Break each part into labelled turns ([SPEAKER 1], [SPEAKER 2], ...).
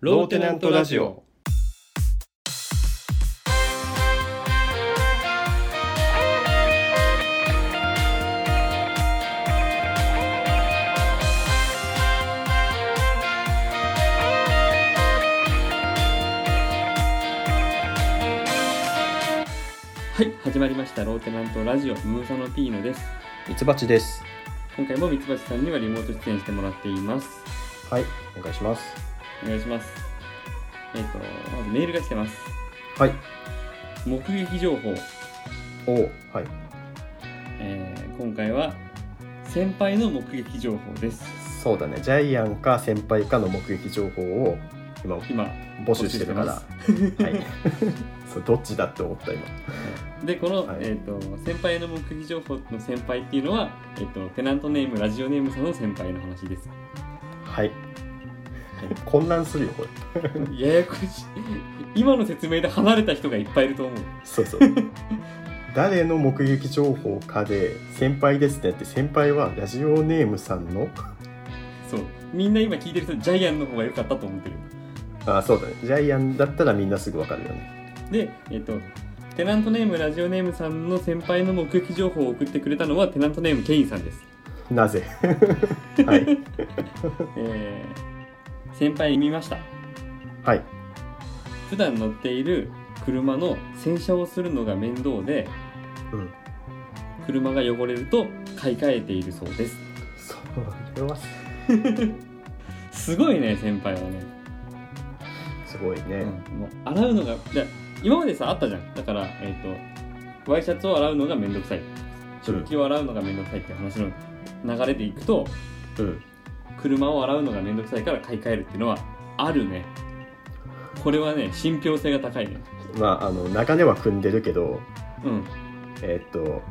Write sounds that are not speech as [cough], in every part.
[SPEAKER 1] ローテナントラジオ。
[SPEAKER 2] はい始まりましたローテナントラジオムーサノピーノです
[SPEAKER 1] ミツバチです。
[SPEAKER 2] 今回も三橋さんにはリモート出演してもらっています
[SPEAKER 1] はい、お願いします。
[SPEAKER 2] お願いしますえっ、とまずメールが来てます
[SPEAKER 1] はい。
[SPEAKER 2] 目撃情報、
[SPEAKER 1] おうはい。
[SPEAKER 2] えー今回は先輩の目撃情報です
[SPEAKER 1] そうだね、ジャイアンか先輩かの目撃情報を今
[SPEAKER 2] 今
[SPEAKER 1] 募集してるから。 [laughs] はい。そうどっちだって思った今。
[SPEAKER 2] でこの、
[SPEAKER 1] はい
[SPEAKER 2] えー、と先輩の目撃情報の先輩っていうのは、えー、とテナントネームラジオネームさんの先輩の話
[SPEAKER 1] [laughs]
[SPEAKER 2] です
[SPEAKER 1] はい。混乱するよこれ。
[SPEAKER 2] ややこしい今の説明で離れた人がいっぱいいると思う
[SPEAKER 1] そう [laughs] そう。誰の目撃情報かで先輩ですねって先輩はラジオネームさんの
[SPEAKER 2] そうみんな今聞いてる人ジャイアンの方が良かったと思ってる
[SPEAKER 1] あそうだねジャイアンだったらみんなすぐわかるよね
[SPEAKER 2] でえっ、とテナントネームラジオネームさんの先輩の目撃情報を送ってくれたのはテナントネームケインさんです、
[SPEAKER 1] な [laughs] ぜ [laughs] はい
[SPEAKER 2] えー先輩見ました
[SPEAKER 1] はい
[SPEAKER 2] 普段乗っている車の洗車をするのが面倒で
[SPEAKER 1] うん
[SPEAKER 2] 車が汚れると買い替えているそうです
[SPEAKER 1] それは
[SPEAKER 2] すごいね先輩はね、
[SPEAKER 1] すごいね、
[SPEAKER 2] うん、もう洗うのがじゃ今までさあったじゃんだからえっ、とワイシャツを洗うのが面倒くさい食器を洗うのが面倒くさいっていう話の流れでいくと
[SPEAKER 1] うん
[SPEAKER 2] 車を洗うのが面倒くさいから買い替えるっていうのはあるねこれはね信憑性が高いね
[SPEAKER 1] まああの中根は組んでるけど
[SPEAKER 2] うん
[SPEAKER 1] えーっと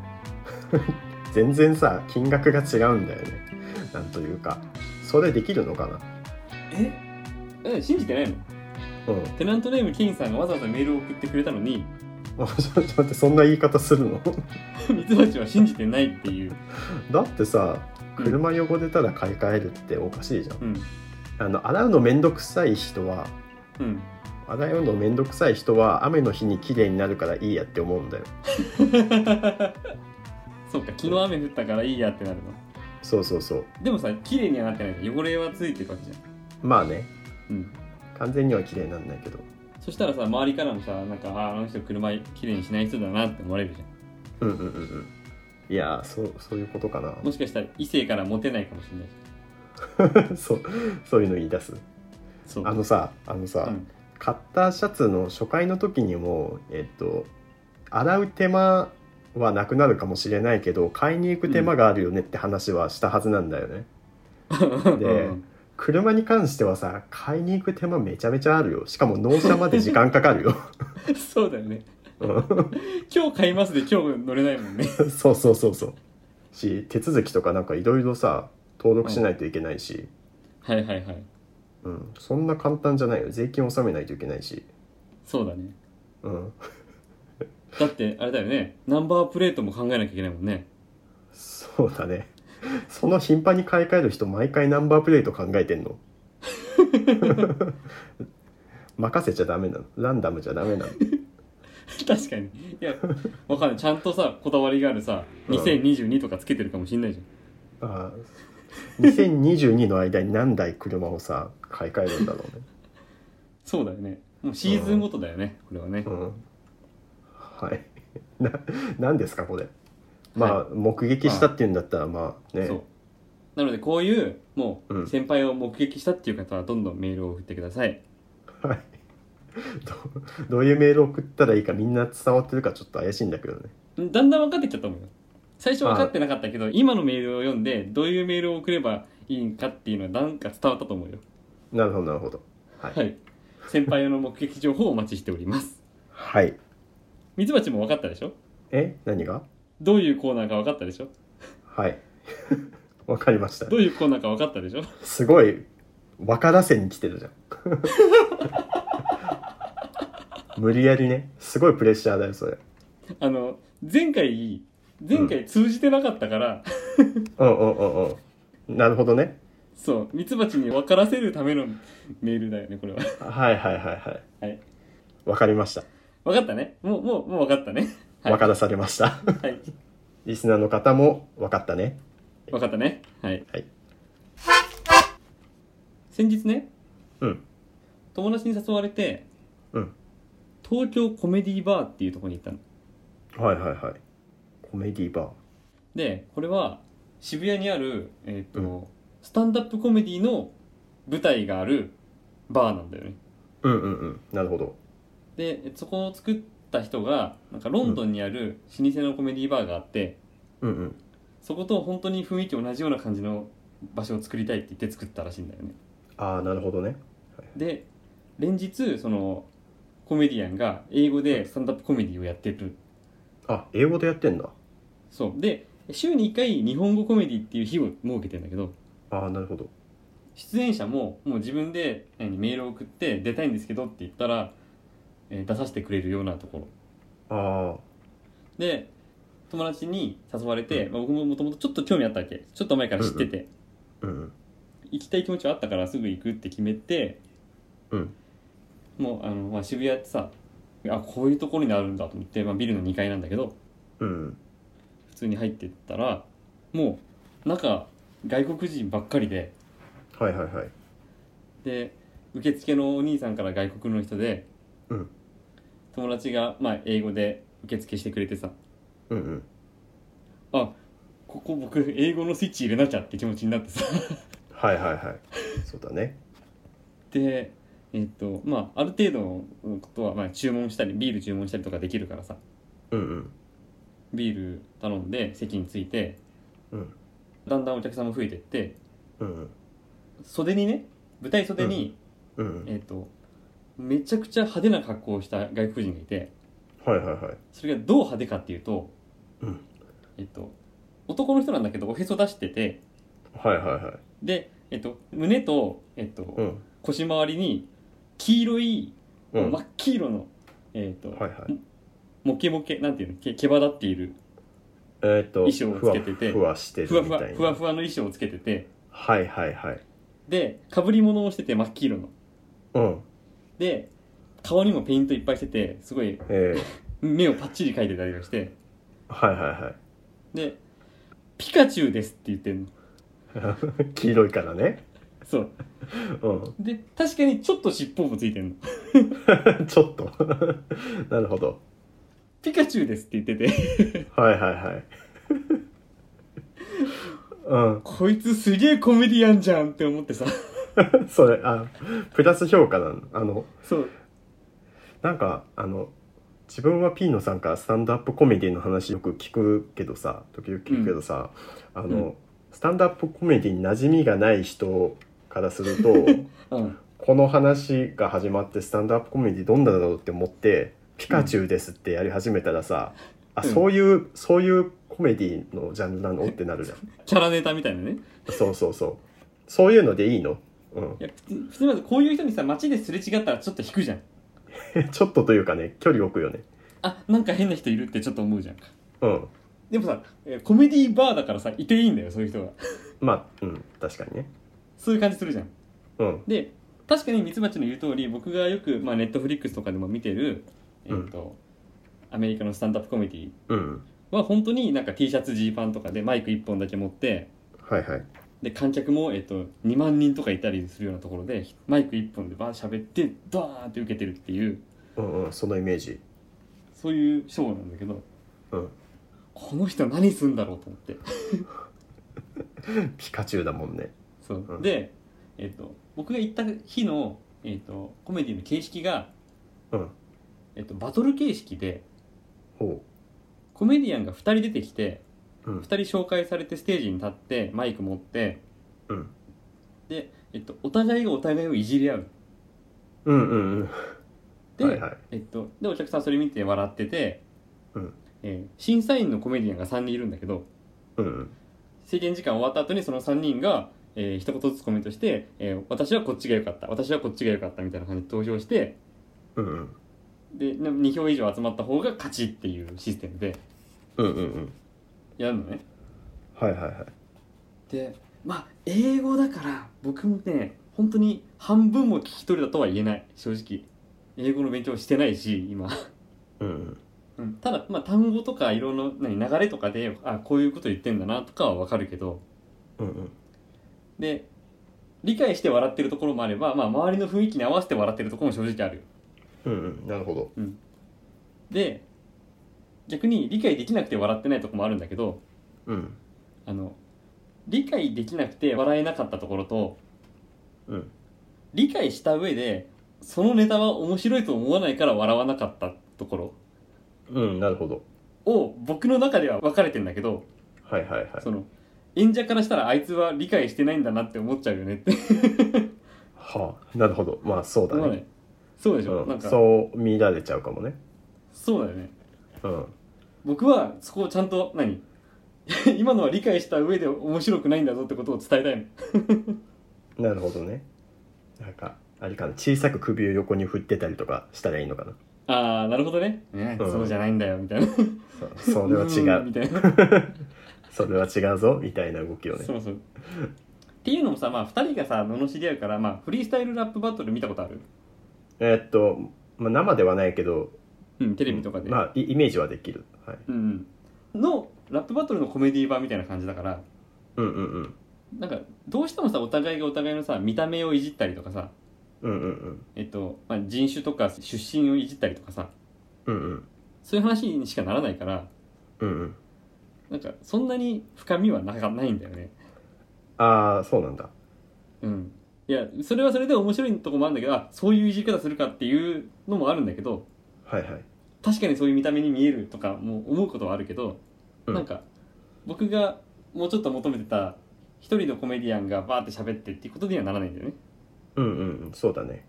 [SPEAKER 1] [laughs] 全然さ金額が違うんだよねなんというかそれできるのかな
[SPEAKER 2] ええ信じてないの
[SPEAKER 1] うん [laughs]
[SPEAKER 2] テナントネームケインさんがわざわざメールを送ってくれたのに
[SPEAKER 1] あちょっと待ってそんな言い方するの [laughs]
[SPEAKER 2] ミツバチは信じてないっていう、
[SPEAKER 1] だってさ
[SPEAKER 2] うん
[SPEAKER 1] 車汚れたら買い替えるっておかしいじゃん
[SPEAKER 2] うん
[SPEAKER 1] あの洗うのめんどくさい人は
[SPEAKER 2] うん、
[SPEAKER 1] 洗うのめんどくさい人は雨の日に綺麗になるからいいやって思うんだよ
[SPEAKER 2] そっか昨日雨降ったからいいやってなるの
[SPEAKER 1] そうそうそう
[SPEAKER 2] でもさ綺麗にはなってないじゃん汚れはついてるわけじゃん
[SPEAKER 1] まあね
[SPEAKER 2] うん
[SPEAKER 1] 完全には綺麗になんないけど
[SPEAKER 2] そしたらさ周りからもさなんかあーあの人車綺麗にしない人だなって思われるじゃん
[SPEAKER 1] うんうんうんうんいやーそうそういうことかな
[SPEAKER 2] もしかしたら異性からモテないかもしれない
[SPEAKER 1] [laughs] そうそういうの言い出す
[SPEAKER 2] そう
[SPEAKER 1] あのさあのさ、
[SPEAKER 2] うん
[SPEAKER 1] 買ったシャツの初回の時にもえっと洗う手間はなくなるかもしれないけど買いに行く手間があるよねって話はしたはずなんだよね、で
[SPEAKER 2] うん
[SPEAKER 1] 車に関してはさ買いに行く手間めちゃめちゃあるよしかも納車まで時間かかるよ
[SPEAKER 2] [laughs] そうだよ
[SPEAKER 1] [laughs]
[SPEAKER 2] ね
[SPEAKER 1] うん
[SPEAKER 2] 今日買いますで今日乗れないもんね
[SPEAKER 1] そうそうそうそうし手続きとかなんかいろいろさ登録しないといけないし、
[SPEAKER 2] はいはいはい
[SPEAKER 1] うんそんな簡単じゃないよ税金納めないといけないし、
[SPEAKER 2] そうだね
[SPEAKER 1] うん、
[SPEAKER 2] だってあれだよねナンバープレートも考えなきゃいけないもんね
[SPEAKER 1] そうだねその頻繁に買い替える人毎回ナンバープレート考えてんの [laughs] 任せちゃダメなのランダムじゃダメなの
[SPEAKER 2] [laughs] 確かにいやわかんないちゃんとさこだわりがあるさ
[SPEAKER 1] うん
[SPEAKER 2] 2022とかつけてるかもしんないじ
[SPEAKER 1] ああ2022の間に何台車をさ買い替えるんだろうね
[SPEAKER 2] ゃんそうだよねもうシーズンごとだよねこれはね
[SPEAKER 1] うんはいな何ですかこれまあ、目撃したっていうんだったらまあね
[SPEAKER 2] そうなのでこういうも
[SPEAKER 1] う
[SPEAKER 2] うん先輩を目撃したっていう方はどんどんメールを送ってください
[SPEAKER 1] はいどどういうメール送ったらいいかみんな伝わってるかちょっと怪しいんだけどね
[SPEAKER 2] だんだん分かってきちゃったもんよ最初分かってなかったけど今のメールを読んでどういうメールを送ればいいんかっていうのはなんか伝わったと思うよ
[SPEAKER 1] なるほどなるほどはい、
[SPEAKER 2] はい先輩の目撃情報をお待ちしております
[SPEAKER 1] はい、
[SPEAKER 2] ミツバチも分かったでしょ
[SPEAKER 1] え何が
[SPEAKER 2] どういうコーナーか分かったでしょ
[SPEAKER 1] はい [laughs] わかりました
[SPEAKER 2] どういうコーナーか分かったでしょ
[SPEAKER 1] すごい分からせに来てるじゃん [laughs] 無理やりねすごいプレッシャーだよそれ
[SPEAKER 2] あの前回前回通じてなかったから、
[SPEAKER 1] うんうんうんうんなるほどね
[SPEAKER 2] そうミツバチに分からせるためのメールだよねこれは
[SPEAKER 1] はいはいはいはい
[SPEAKER 2] はい
[SPEAKER 1] わかりました
[SPEAKER 2] 分かったねもうもうもう分かったねはい
[SPEAKER 1] わからされました、
[SPEAKER 2] はい
[SPEAKER 1] リスナーの方もわかったね
[SPEAKER 2] 分かったねはい、
[SPEAKER 1] はい
[SPEAKER 2] 先日ね
[SPEAKER 1] うん
[SPEAKER 2] 友達に誘われて、
[SPEAKER 1] うん
[SPEAKER 2] 東京コメディバーっていうところに行ったの
[SPEAKER 1] はいはいはいコメディバ
[SPEAKER 2] でこれは渋谷にある、えーと
[SPEAKER 1] う
[SPEAKER 2] スタンダップコメディの舞台があるバーなんだよね
[SPEAKER 1] ーうんうんうんなるほど
[SPEAKER 2] でそこを作った人がなんかロンドンにある老舗のコメディバーがあって、
[SPEAKER 1] うんうん
[SPEAKER 2] そこと本当に雰囲気同じような感じの場所を作りたいって言って作ったらしいんだよね
[SPEAKER 1] ああなるほどね
[SPEAKER 2] で連日そのコメディアンが英語でスタンダップコメディをやってる
[SPEAKER 1] あ英語でやってんだ
[SPEAKER 2] そうで週に1回日本語コメディっていう日を設けてんだけど
[SPEAKER 1] ああなるほど
[SPEAKER 2] 出演者ももう自分で何メールを送って出たいんですけどって言ったら、えー出させてくれるようなところ
[SPEAKER 1] あ
[SPEAKER 2] で友達に誘われて、まあ、僕ももともとちょっと興味あったわけちょっと前から知ってて、
[SPEAKER 1] あうんうん
[SPEAKER 2] 行きたい気持ちはあったからすぐ行くって決めて、
[SPEAKER 1] うん
[SPEAKER 2] もうあの、まあ、渋谷ってさあこういうところになるんだと思って、まあ、ビルの2階なんだけど
[SPEAKER 1] うん
[SPEAKER 2] 普通に入ってったらもう中外国人ばっかりで
[SPEAKER 1] はいはいはい
[SPEAKER 2] で受付のお兄さんから外国の人で、
[SPEAKER 1] うん
[SPEAKER 2] 友達が、まあ、英語で受付してくれてさ
[SPEAKER 1] うんうん
[SPEAKER 2] あここ僕英語のスイッチ入れなきゃって気持ちになってさ
[SPEAKER 1] はいはいはいそうだね
[SPEAKER 2] でえっとまあある程度のことは、まあ、注文したりビール注文したりとかできるからさ
[SPEAKER 1] うんうん
[SPEAKER 2] ビール頼んで席に着いて
[SPEAKER 1] うん
[SPEAKER 2] だんだんお客さんも増えてって
[SPEAKER 1] うんうん
[SPEAKER 2] 袖にね舞台袖に、
[SPEAKER 1] うんうん
[SPEAKER 2] えっとめちゃくちゃ派手な格好をした外国人がいて
[SPEAKER 1] はいはいはい
[SPEAKER 2] それがどう派手かっていうと
[SPEAKER 1] うん
[SPEAKER 2] えっと、男の人なんだけどおへそ出してて
[SPEAKER 1] はいはいはい
[SPEAKER 2] で、えっと、胸と、えっと
[SPEAKER 1] うん
[SPEAKER 2] 腰回りに黄色い、
[SPEAKER 1] うん
[SPEAKER 2] 真
[SPEAKER 1] は
[SPEAKER 2] っ黄色の、えっと
[SPEAKER 1] いはい
[SPEAKER 2] モケモケなんていうのけ毛羽立っている
[SPEAKER 1] えーっと
[SPEAKER 2] 衣装をつけてて
[SPEAKER 1] ふわふわして
[SPEAKER 2] ふわ
[SPEAKER 1] る
[SPEAKER 2] ふ
[SPEAKER 1] み
[SPEAKER 2] わ
[SPEAKER 1] たい
[SPEAKER 2] ふわ
[SPEAKER 1] な
[SPEAKER 2] ふわの衣装をつけてて
[SPEAKER 1] はいはいはい
[SPEAKER 2] でかぶり物をしてて真っ黄色の
[SPEAKER 1] うん
[SPEAKER 2] で顔にもペイントいっぱいしててすごい
[SPEAKER 1] え
[SPEAKER 2] 目をパッチリ描いてたりとかして
[SPEAKER 1] ー、はいはいはい
[SPEAKER 2] で「ピカチュウです」って言ってんの
[SPEAKER 1] 黄色い [laughs] からね。
[SPEAKER 2] そう
[SPEAKER 1] う
[SPEAKER 2] で確かにちょっと尻尾もついてんの
[SPEAKER 1] ん。 [laughs] ちょっと。 [laughs] なるほど。
[SPEAKER 2] 「ピカチュウです」って言ってて
[SPEAKER 1] はいはいはい。 [laughs] う
[SPEAKER 2] こいつすげえコメディアンじゃんって思ってさ
[SPEAKER 1] ん。それ、あ、プラス評価なの。あの、
[SPEAKER 2] そう
[SPEAKER 1] なんか、あの、自分はピーノさんからスタンドアップコメディの話よく聞くけどさ、時々聞くけどさ、あの、
[SPEAKER 2] うん
[SPEAKER 1] スタンドアップコメディに馴染みがない人から
[SPEAKER 2] [laughs]
[SPEAKER 1] すると、
[SPEAKER 2] うん
[SPEAKER 1] この話が始まってスタンドアップコメディどんなだろうって思って「ピカチュウです」ってやり始めたらさ、あ
[SPEAKER 2] うん
[SPEAKER 1] そういうそういうコメディのジャンルなのってなるじゃん
[SPEAKER 2] キャラネタみたいなね
[SPEAKER 1] そうそうそうそういうのでいいのうん
[SPEAKER 2] いや普通普通まずこういう人にさ街ですれ違ったらちょっと引くじゃん
[SPEAKER 1] ちょっとというかね距離置くよね
[SPEAKER 2] あなんか変な人いるってちょっと思うじゃん
[SPEAKER 1] うん
[SPEAKER 2] でもさえーコメディバーだからさいていいんだよそういう人が
[SPEAKER 1] まあうん確かにね
[SPEAKER 2] そういう感じするじゃん
[SPEAKER 1] うん
[SPEAKER 2] で確かにミツバチの言う通り僕がよくまあネットフリックスとかでも見てるえっ、と、アメリカのスタンダップコメディ
[SPEAKER 1] うん
[SPEAKER 2] は本当になんか T シャツジーパンとかでマイク1本だけ持って
[SPEAKER 1] はいはい
[SPEAKER 2] で観客も、えっと2万人とかいたりするようなところでマイク1本でバーッ喋ってドーンって受けてるっていう
[SPEAKER 1] うんうんそのイメージ
[SPEAKER 2] そういうショーなんだけど
[SPEAKER 1] うん
[SPEAKER 2] この人何すんだろうと思って
[SPEAKER 1] ピカチュウだもんね
[SPEAKER 2] そう、
[SPEAKER 1] うん
[SPEAKER 2] で、えっと僕が行った日の、えっとコメディの形式が、
[SPEAKER 1] うん
[SPEAKER 2] えっとバトル形式で
[SPEAKER 1] ほ
[SPEAKER 2] コメディアンが2人出てきて
[SPEAKER 1] ううん
[SPEAKER 2] 2人紹介されてステージに立ってマイク持って、
[SPEAKER 1] うん
[SPEAKER 2] で、えっとお互いがお互いをいじり合う
[SPEAKER 1] うんうんうん
[SPEAKER 2] で、
[SPEAKER 1] はいはい
[SPEAKER 2] えっと、でお客さんそれ見て笑ってて、
[SPEAKER 1] うん
[SPEAKER 2] えー審査員のコメディアンが3人いるんだけど
[SPEAKER 1] うんうん
[SPEAKER 2] 制限時間終わった後にその3人が、えー一言ずつコメントして、えー私はこっちが良かった私はこっちが良かったみたいな感じで投票して
[SPEAKER 1] うんうん
[SPEAKER 2] でな2票以上集まった方が勝ちっていうシステムで
[SPEAKER 1] うんうんうん
[SPEAKER 2] やるのね
[SPEAKER 1] はいはいはい
[SPEAKER 2] でまあ英語だから僕もね本当に半分も聞き取れたとは言えない正直英語の勉強してないし今、
[SPEAKER 1] うん
[SPEAKER 2] うん、 [laughs] ただまあ単語とかいろんな何流れとかであこういうこと言ってんだなとかはわかるけど
[SPEAKER 1] うんうん
[SPEAKER 2] で理解して笑ってるところもあれば、まあ、周りの雰囲気に合わせて笑ってるところも正直あるよ
[SPEAKER 1] うんうんなるほど
[SPEAKER 2] で逆に理解できなくて笑ってないとこもあるんだけど
[SPEAKER 1] うん
[SPEAKER 2] あの理解できなくて笑えなかったところと
[SPEAKER 1] うん
[SPEAKER 2] 理解した上でそのネタは面白いと思わないから笑わなかったところ
[SPEAKER 1] うんなるほど
[SPEAKER 2] を僕の中では分かれてんだけど
[SPEAKER 1] はいはいはい
[SPEAKER 2] その演者からしたらあいつは理解してないんだなって思っちゃうよねって
[SPEAKER 1] はあなるほどまあそうだ
[SPEAKER 2] 思わな
[SPEAKER 1] ね、
[SPEAKER 2] いそうでしょ、
[SPEAKER 1] う
[SPEAKER 2] なん
[SPEAKER 1] ん、
[SPEAKER 2] か
[SPEAKER 1] そう見られちゃうかもね
[SPEAKER 2] そうだよね
[SPEAKER 1] うん
[SPEAKER 2] 僕はそこをちゃんと何 [laughs] 今のは理解した上で面白くないんだぞってことを伝えたいの
[SPEAKER 1] なるほどねなんかあれかな小さく首を横に振ってたりとかしたらいいのかな
[SPEAKER 2] ああなるほどねね
[SPEAKER 1] うん
[SPEAKER 2] そうじゃないんだよみたいな
[SPEAKER 1] そそれは違
[SPEAKER 2] ん
[SPEAKER 1] う
[SPEAKER 2] みたいな
[SPEAKER 1] それは違うぞみたいな動きをね
[SPEAKER 2] そうそうっていうのもさ、まあ、2人がさ罵り合うから、まあ、フリースタイルラップバトル見たことある
[SPEAKER 1] えーっと、まあ、生ではないけど
[SPEAKER 2] うんテレビとかで、
[SPEAKER 1] まあイイメージはできる、はい、
[SPEAKER 2] うんのラップバトルのコメディ版みたいな感じだから
[SPEAKER 1] うんうんうん
[SPEAKER 2] なんかどうしてもさお互いがお互いのさ見た目をいじったりとかさ、
[SPEAKER 1] うんうん
[SPEAKER 2] えっとまあ、人種とか出身をいじったりとかさ
[SPEAKER 1] うんうん
[SPEAKER 2] そういう話にしかならないから
[SPEAKER 1] うんうん
[SPEAKER 2] なんかそんなに深みはなかないんだよね
[SPEAKER 1] ああそうなんだ
[SPEAKER 2] うんいやそれはそれで面白いとこもあるんだけどあそういういじり方するかっていうのもあるんだけど
[SPEAKER 1] はいはい
[SPEAKER 2] 確かにそういう見た目に見えるとかも思うことはあるけど、
[SPEAKER 1] うん
[SPEAKER 2] なんか僕がもうちょっと求めてた一人のコメディアンがバーって喋ってっていうことにはならないんだよね
[SPEAKER 1] うんうんうんそうだね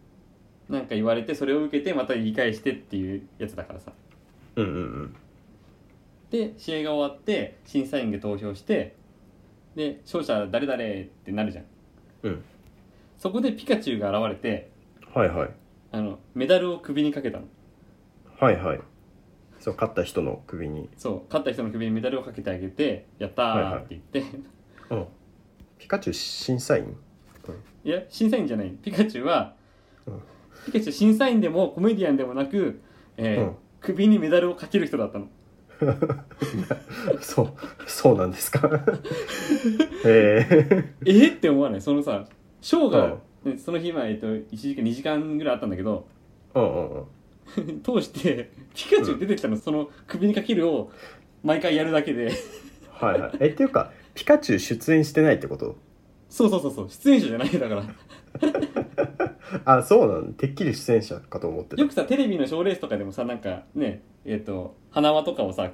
[SPEAKER 2] なんか言われてそれを受けてまた言い返してっていうやつだからさ
[SPEAKER 1] うんうんうん
[SPEAKER 2] で試合が終わって審査員が投票してで勝者誰々ってなるじゃん、
[SPEAKER 1] うん
[SPEAKER 2] そこでピカチュウが現れて
[SPEAKER 1] はいはい
[SPEAKER 2] あのメダルを首にかけたの
[SPEAKER 1] はいはいそう勝った人の首に、
[SPEAKER 2] そう勝った人の首にメダルをかけてあげて「やった
[SPEAKER 1] はいは
[SPEAKER 2] ー」
[SPEAKER 1] い
[SPEAKER 2] って言って、
[SPEAKER 1] うん、ピカチュウ審査員
[SPEAKER 2] いや審査員じゃないピカチュウは、
[SPEAKER 1] うん
[SPEAKER 2] ピカチュウ審査員でもコメディアンでもなく、えー
[SPEAKER 1] うん
[SPEAKER 2] 首にメダルをかける人だ
[SPEAKER 1] [laughs]
[SPEAKER 2] ったの
[SPEAKER 1] そうそうなんですか [laughs] へえ
[SPEAKER 2] えー、って思わないそのさショーが、
[SPEAKER 1] う
[SPEAKER 2] ねその日は、えっと1時間2時間ぐらいあったんだけど [laughs]
[SPEAKER 1] うんうんうん
[SPEAKER 2] 通してピカチュウ出てきたの、その首にかけるを毎回やるだけで [laughs]
[SPEAKER 1] はいはいえっていうかピカチュウ出演してないってこと
[SPEAKER 2] そうそうそうそう出演者じゃないだ
[SPEAKER 1] [laughs]
[SPEAKER 2] から
[SPEAKER 1] あそうなのてっきり出演者かと思ってた
[SPEAKER 2] よくさテレビの賞ーレースとかでもさなんかねえっ、と花輪とかをさ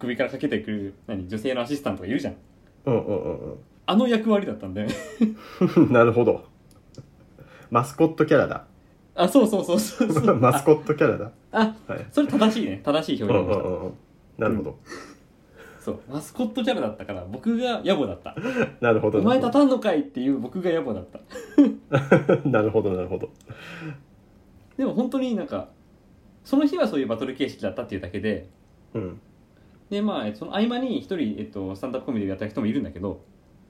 [SPEAKER 2] 首からかけてくる何女性のアシスタントがいるじゃん
[SPEAKER 1] うんうんうん
[SPEAKER 2] あの役割だったんだよね
[SPEAKER 1] うん [laughs] なるほどマスコットキャラだ
[SPEAKER 2] あそうそうそうそうそう
[SPEAKER 1] [laughs] マスコットキャラだ
[SPEAKER 2] あ
[SPEAKER 1] はい
[SPEAKER 2] それ正しいね正しいう表現で
[SPEAKER 1] んう
[SPEAKER 2] し
[SPEAKER 1] ん
[SPEAKER 2] た、
[SPEAKER 1] うんうんなるほど、
[SPEAKER 2] そうマスコットキャラだったから僕が野暮だった
[SPEAKER 1] なるほど
[SPEAKER 2] お前
[SPEAKER 1] なる
[SPEAKER 2] 立
[SPEAKER 1] ほど
[SPEAKER 2] たんのかいっていう僕が野暮だった
[SPEAKER 1] [laughs] なるほどなるほど
[SPEAKER 2] でも本当になんかその日はそういうバトル形式だったっていうだけで
[SPEAKER 1] うん
[SPEAKER 2] でまあその合間に一人、えっと、スタンダップコメディをやった人もいるんだけど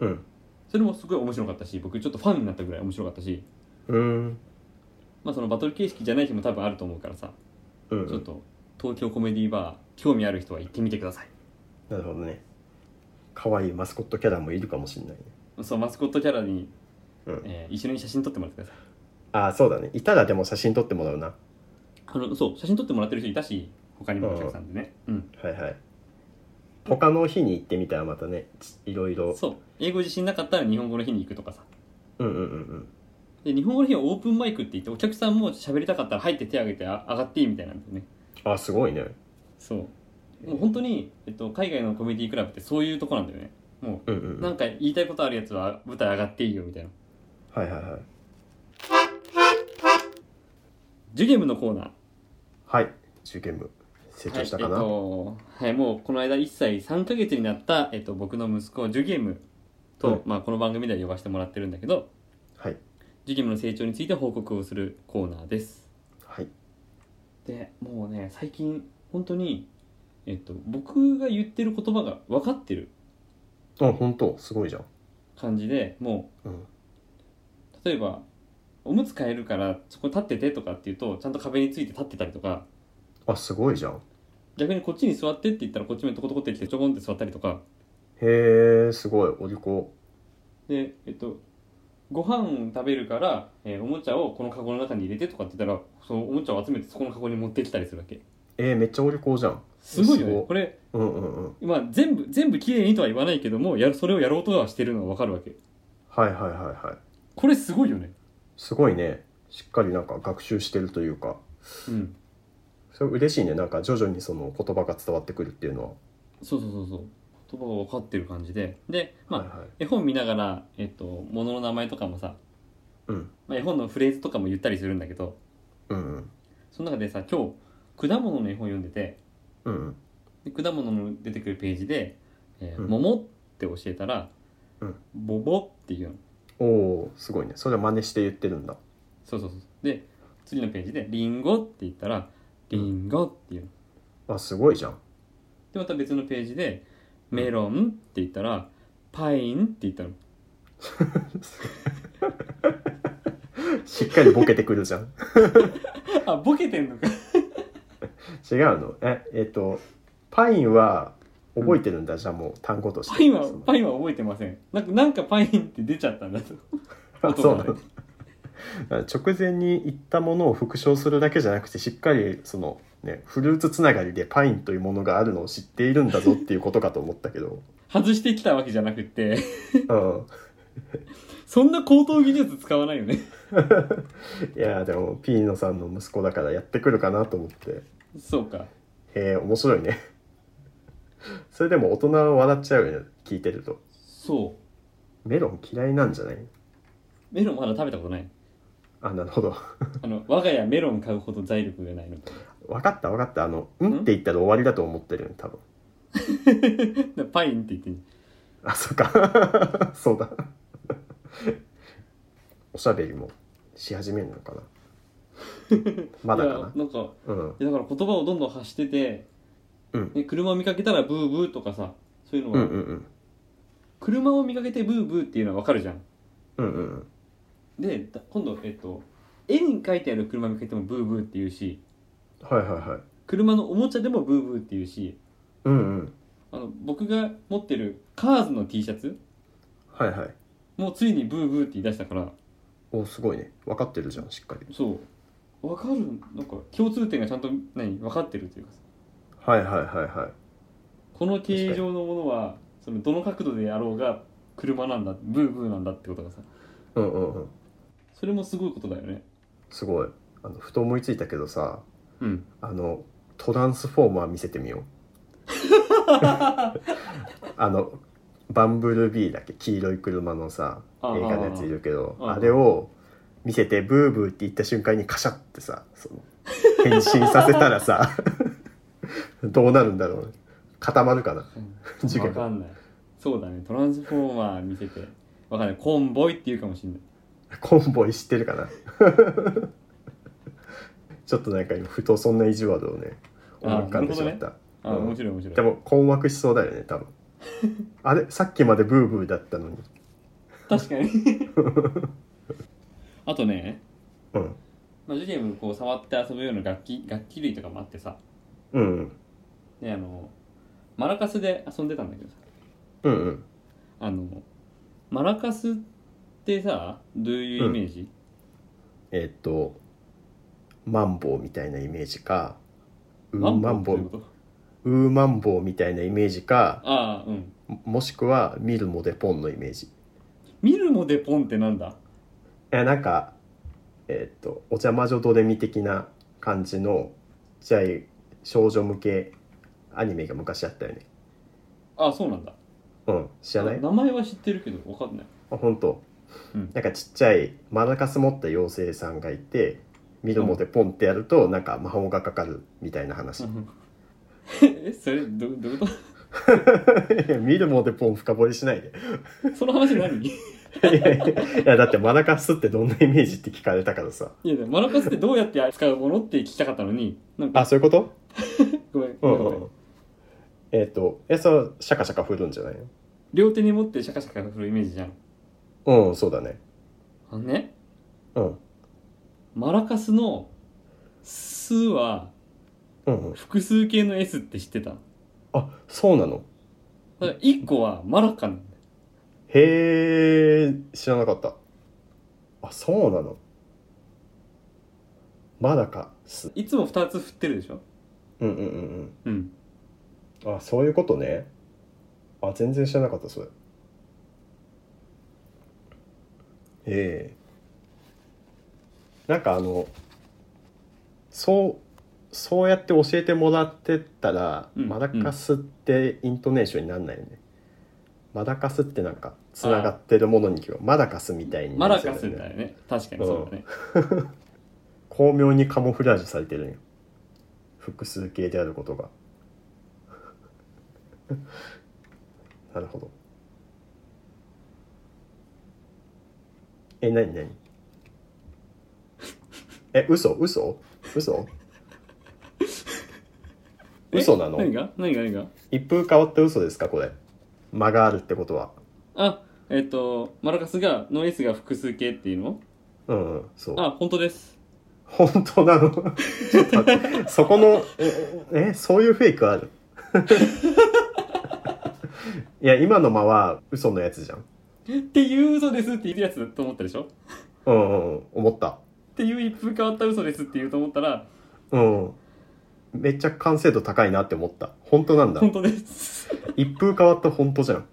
[SPEAKER 1] うん
[SPEAKER 2] それもすごい面白かったし僕ちょっとファンになったぐらい面白かったし
[SPEAKER 1] うん
[SPEAKER 2] まあそのバトル形式じゃない日も多分あると思うからさ、
[SPEAKER 1] うん
[SPEAKER 2] ちょっと東京コメディバー興味ある人は行ってみてください
[SPEAKER 1] なるほどね可愛いマスコットキャラもいるかもしれないね
[SPEAKER 2] そうマスコットキャラに、
[SPEAKER 1] うん
[SPEAKER 2] えー一緒に写真撮ってもらってください
[SPEAKER 1] あそうだねいたらでも写真撮ってもらうな
[SPEAKER 2] あのそう写真撮ってもらってる人いたし他にもお客さんでねうん、
[SPEAKER 1] はいはい他の日に行ってみたらまたねちいろいろ
[SPEAKER 2] そう英語自信なかったら日本語の日に行くとかさ
[SPEAKER 1] うんうんうん
[SPEAKER 2] で日本語の日はオープンマイクって言ってお客さんも喋りたかったら入って手挙げてあ上がっていいみたいなんだよね
[SPEAKER 1] うんあすごいね
[SPEAKER 2] そうもう本当にえっと、海外のコメディクラブってそういうとこなんだよねも
[SPEAKER 1] うんう
[SPEAKER 2] うんなんか言いたいことあるやつは舞台上がっていいよみたいな
[SPEAKER 1] はいはいはい
[SPEAKER 2] ジュゲームのコーナー
[SPEAKER 1] はい中堅部成長したかな、
[SPEAKER 2] はい、えっと、はい、もうこの間1歳3ヶ月になった、えっと、僕の息子ジュゲームと、まあ、この番組では呼ばせてもらってるんだけど
[SPEAKER 1] はい
[SPEAKER 2] ジュゲームの成長について報告をするコーナーです
[SPEAKER 1] はい
[SPEAKER 2] でもうね最近本当にえっと僕が言ってる言葉が分かってる
[SPEAKER 1] あ本当すごいじゃん
[SPEAKER 2] 感じでも
[SPEAKER 1] うん
[SPEAKER 2] う例えばおむつ変えるからそこ立っててとかって言うとちゃんと壁について立ってたりとか
[SPEAKER 1] あすごいじゃん
[SPEAKER 2] 逆にこっちに座ってって言ったらこっちまでトコトコって来てちょこんって座ったりとか
[SPEAKER 1] へえすごいお利口
[SPEAKER 2] でえっとご飯食べるから、えーおもちゃをこのカゴの中に入れてとかって言ったらそのおもちゃを集めてそこのカゴに持ってきたりするわけ
[SPEAKER 1] えー、めっちゃお利口じゃん
[SPEAKER 2] すごいよ
[SPEAKER 1] すご
[SPEAKER 2] ね
[SPEAKER 1] い
[SPEAKER 2] これ、
[SPEAKER 1] うんうんうん
[SPEAKER 2] まあ、全部全部綺麗にとは言わないけどもやるそれをやろうとはしてるのがわかるわけ
[SPEAKER 1] はいはいはいはい
[SPEAKER 2] これすごいよね
[SPEAKER 1] すごいねしっかりなんか学習してるというか
[SPEAKER 2] うん
[SPEAKER 1] それ嬉しいねなんか徐々にその言葉が伝わってくるっていうの
[SPEAKER 2] そうそうそうそう言葉が分かってる感じででま
[SPEAKER 1] は、
[SPEAKER 2] あ、
[SPEAKER 1] はいはい
[SPEAKER 2] 絵本見ながらえっと物の名前とかもさ、
[SPEAKER 1] うん
[SPEAKER 2] まあ、絵本のフレーズとかも言ったりするんだけど
[SPEAKER 1] うんうん
[SPEAKER 2] その中でさ今日果物の絵本読んでて
[SPEAKER 1] うんうん
[SPEAKER 2] で果物の出てくるページで「えー
[SPEAKER 1] うん
[SPEAKER 2] 桃」って教えたら「
[SPEAKER 1] うん
[SPEAKER 2] ボボ」って言うの
[SPEAKER 1] おおすごいねそれは真似して言ってるんだ
[SPEAKER 2] そうそうそうで次のページで「リンゴ」って言ったら「リンゴ」って言うの
[SPEAKER 1] あすごいじゃん
[SPEAKER 2] でまた別のページで「メロン」って言ったら「パイン」って言
[SPEAKER 1] [laughs]
[SPEAKER 2] ったの
[SPEAKER 1] しっかりボケてくる
[SPEAKER 2] [laughs]
[SPEAKER 1] じゃん
[SPEAKER 2] あボケてんのか
[SPEAKER 1] 違うのええっとパインは覚えてるんだ、じゃあもう単語として
[SPEAKER 2] パインは
[SPEAKER 1] [laughs] その
[SPEAKER 2] パインは覚えてませんなんかなんかパインって出ちゃったんだと
[SPEAKER 1] [laughs] あそうな
[SPEAKER 2] 音が
[SPEAKER 1] の直前に言ったものを復唱するだけじゃなくてしっかりその、ね、フルーツつながりでパインというものがあるのを知っているんだぞっていうことかと思ったけど、
[SPEAKER 2] 外してきたわけじゃなくて
[SPEAKER 1] うん、
[SPEAKER 2] そんな高等技術使わないよね
[SPEAKER 1] いやーでもピーノさんの息子だからやってくるかなと思って
[SPEAKER 2] そうか
[SPEAKER 1] へえ面白いね [laughs] それでも大人は笑っちゃうよね聞いてると
[SPEAKER 2] そ
[SPEAKER 1] メロン嫌いなんじゃないう
[SPEAKER 2] メロンまだ食べたことない
[SPEAKER 1] あなるほど
[SPEAKER 2] あの我が家メロン買うほど財力がない
[SPEAKER 1] [laughs]
[SPEAKER 2] ので
[SPEAKER 1] 分かった分かったあの「うん?」って言ったら終わりだと思ってるよね多分
[SPEAKER 2] パインって言ってん
[SPEAKER 1] あそっか [laughs] そうだおしゃべりもし始めるのかなまだ
[SPEAKER 2] いや
[SPEAKER 1] か
[SPEAKER 2] なんか
[SPEAKER 1] なうん
[SPEAKER 2] いやだから言葉をどんどん発してて、
[SPEAKER 1] うん
[SPEAKER 2] ね、車を見かけたらブーブーとかさそういうの
[SPEAKER 1] う
[SPEAKER 2] は、
[SPEAKER 1] んうんうん
[SPEAKER 2] 車を見かけてブーブーっていうのはわかるじゃん
[SPEAKER 1] うんうんうん
[SPEAKER 2] でだ今度えっと絵に描いてある車見かけてもブーブーって言うし
[SPEAKER 1] はいはいはい
[SPEAKER 2] 車のおもちゃでもブーブーって言うし
[SPEAKER 1] うんうん
[SPEAKER 2] あの僕が持ってるカーズの T シャツ
[SPEAKER 1] はいはい
[SPEAKER 2] もうついにブーブーって言い出したから
[SPEAKER 1] おすごいね分かってるじゃんしっかり
[SPEAKER 2] そうわかるなんか共通点がちゃんと何分かってるというかさ
[SPEAKER 1] はいはいはいはい
[SPEAKER 2] この形状のものはそのどの角度でやろうが車なんだブーブーなんだってことがさ
[SPEAKER 1] うんうんうん
[SPEAKER 2] それもすごいことだよね
[SPEAKER 1] すごいあのふと思いついたけどさ
[SPEAKER 2] うん
[SPEAKER 1] あのトランスフォーマー見せて
[SPEAKER 2] [laughs]
[SPEAKER 1] みようあのバンブルビーだっけ黄色い車のさ
[SPEAKER 2] あー
[SPEAKER 1] 映画のやついるけど
[SPEAKER 2] あー
[SPEAKER 1] あれを見せてブーブーって言った瞬間にカシャってさその変身させたらさ [laughs] どうなるんだろうね固まるかな時間
[SPEAKER 2] 分かんないそうだねトランスフォーマー見せて分かんないコンボイっていうかもしんない
[SPEAKER 1] コンボイ知ってるかな [laughs] ちょっとなんか今ふとそんな意地悪をね思い浮かんでしまった、
[SPEAKER 2] あ
[SPEAKER 1] うん
[SPEAKER 2] 面白い面白い
[SPEAKER 1] でも困惑しそうだよね [laughs] 多分あれさっきまでブーブーだったのに
[SPEAKER 2] 確かに [laughs] あとね、
[SPEAKER 1] うん
[SPEAKER 2] まあ、ジュリアムこう触って遊ぶような楽器楽器類とかもあってさ
[SPEAKER 1] うん
[SPEAKER 2] であのマラカスで遊んでたんだけどさ
[SPEAKER 1] うんうん
[SPEAKER 2] あのマラカスってさどういうイメージ、
[SPEAKER 1] えっ、とマンボウみたいなイメージかウーマンボ
[SPEAKER 2] って
[SPEAKER 1] ウ
[SPEAKER 2] こと
[SPEAKER 1] ウーマンボウみたいなイメージか
[SPEAKER 2] ああうん
[SPEAKER 1] ももしくはミルモデポンのイメージ
[SPEAKER 2] 見るもでポンってなんだ
[SPEAKER 1] えなんかえっ、とお茶魔女ドレミ的な感じのちっちゃい少女向けアニメが昔あったよね
[SPEAKER 2] ああそうなんだ
[SPEAKER 1] うん知らない
[SPEAKER 2] あ名前は知ってるけど分かんない [laughs]
[SPEAKER 1] あ本当、
[SPEAKER 2] うん
[SPEAKER 1] なんかちっちゃいマラカス持った妖精さんがいて見るもでポンってやるとなんか魔法がかかるみたいな話、
[SPEAKER 2] えそれどどういうこ
[SPEAKER 1] [laughs] 見るもでポン深掘りしないで [laughs]
[SPEAKER 2] とその話何 [laughs] い
[SPEAKER 1] いやいやいやだってマラカスってどんなイメージって聞かれたからさ
[SPEAKER 2] やでもマラカスってどうやって扱うものって聞きたかったのになんか
[SPEAKER 1] あそういうこと
[SPEAKER 2] ごめん
[SPEAKER 1] う
[SPEAKER 2] ごめ
[SPEAKER 1] ん
[SPEAKER 2] ん
[SPEAKER 1] う
[SPEAKER 2] ご
[SPEAKER 1] ん
[SPEAKER 2] め
[SPEAKER 1] うんんえっ、とえそうシャカシャカ振るんじゃないの
[SPEAKER 2] 両手に持ってシャカシャカ振るイメージじゃん
[SPEAKER 1] うんそうだね
[SPEAKER 2] あのね
[SPEAKER 1] うん
[SPEAKER 2] マラカスの「数は
[SPEAKER 1] うんうん
[SPEAKER 2] 複数形の「S」って知ってただ
[SPEAKER 1] あそうなの
[SPEAKER 2] から1個はマラカなんだよ
[SPEAKER 1] へえ知らなかったあそうなのまだかす
[SPEAKER 2] いつも2つ振ってるでしょ
[SPEAKER 1] うんうんうん
[SPEAKER 2] うん
[SPEAKER 1] うんあそういうことねあ全然知らなかったそれええなんかあのそうそうやって教えてもらってったら、
[SPEAKER 2] うん
[SPEAKER 1] マダカスってイントネーションになんないよね、マダカスってなんかつながってるものに聞こえマダカスみたいに
[SPEAKER 2] マ
[SPEAKER 1] な
[SPEAKER 2] ラ
[SPEAKER 1] っちゃ
[SPEAKER 2] カ
[SPEAKER 1] う
[SPEAKER 2] ス
[SPEAKER 1] よね
[SPEAKER 2] だよね確かにそうだね
[SPEAKER 1] 巧妙にカモフラージュされてるんよ複数形であることが [laughs] なるほどえなになにえ嘘嘘嘘
[SPEAKER 2] え
[SPEAKER 1] 嘘なの
[SPEAKER 2] 何が何が何が
[SPEAKER 1] 一風変わった嘘ですかこれ間があるってことは
[SPEAKER 2] あえっ、とマラカスがの「S」が複数形っていうの
[SPEAKER 1] うん、うん、そう
[SPEAKER 2] あ本当です
[SPEAKER 1] 本
[SPEAKER 2] [laughs]
[SPEAKER 1] 当なのちょっと待ってそこのええそういうフェイクあ
[SPEAKER 2] [laughs]
[SPEAKER 1] るいや今の間は嘘のやつじゃん
[SPEAKER 2] っていう嘘ですって言うやつだと思ったでしょっ
[SPEAKER 1] うんうんうん思った
[SPEAKER 2] ていう一風変わった嘘ですって言うと思ったら
[SPEAKER 1] うんめっちゃ完成度高いなって思った本当なんだ
[SPEAKER 2] 本当です
[SPEAKER 1] [laughs] 一風変わった本当じゃん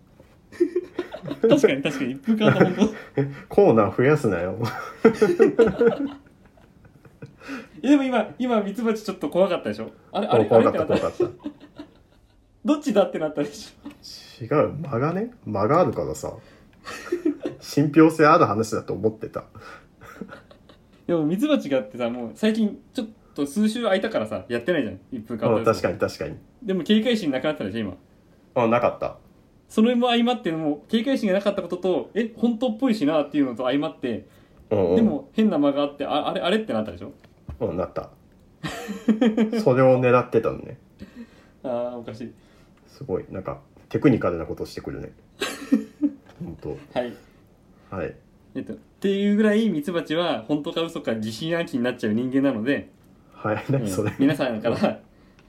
[SPEAKER 2] 確かに確かに一風変わった本当
[SPEAKER 1] コーナー増やすなよ
[SPEAKER 2] いやでも今今ミツバチちょっと怖かったでしょあれあれあ
[SPEAKER 1] 怖
[SPEAKER 2] れ
[SPEAKER 1] か
[SPEAKER 2] っ
[SPEAKER 1] ってた
[SPEAKER 2] なった
[SPEAKER 1] 怖かった
[SPEAKER 2] どっちだってなったでしょ
[SPEAKER 1] 違う間がね間があるからさ信憑性ある話だと思ってた
[SPEAKER 2] でもミツバチがってさもう最近ちょっと数週空いたからさやってないじゃん一風変わ
[SPEAKER 1] う
[SPEAKER 2] っ
[SPEAKER 1] ん
[SPEAKER 2] た
[SPEAKER 1] 確かに確かに
[SPEAKER 2] でも警戒心なくなったでしょ今
[SPEAKER 1] あなかった
[SPEAKER 2] それも相まってもう警戒心がなかったこととえ本当っぽいしなっていうのと相まって
[SPEAKER 1] うん、うん、
[SPEAKER 2] でも変な間があってああれあれってなったでしょ
[SPEAKER 1] うんなった [laughs] それを狙ってたのね
[SPEAKER 2] ああおかしい
[SPEAKER 1] すごいなんかテクニカルなことしてくるね本
[SPEAKER 2] はい
[SPEAKER 1] 当はい
[SPEAKER 2] えっとっていうぐらいミツバチは本当か嘘か疑心暗鬼になっちゃう人間なので、
[SPEAKER 1] はい
[SPEAKER 2] え
[SPEAKER 1] 何
[SPEAKER 2] ー
[SPEAKER 1] [laughs] それ、
[SPEAKER 2] 皆さんから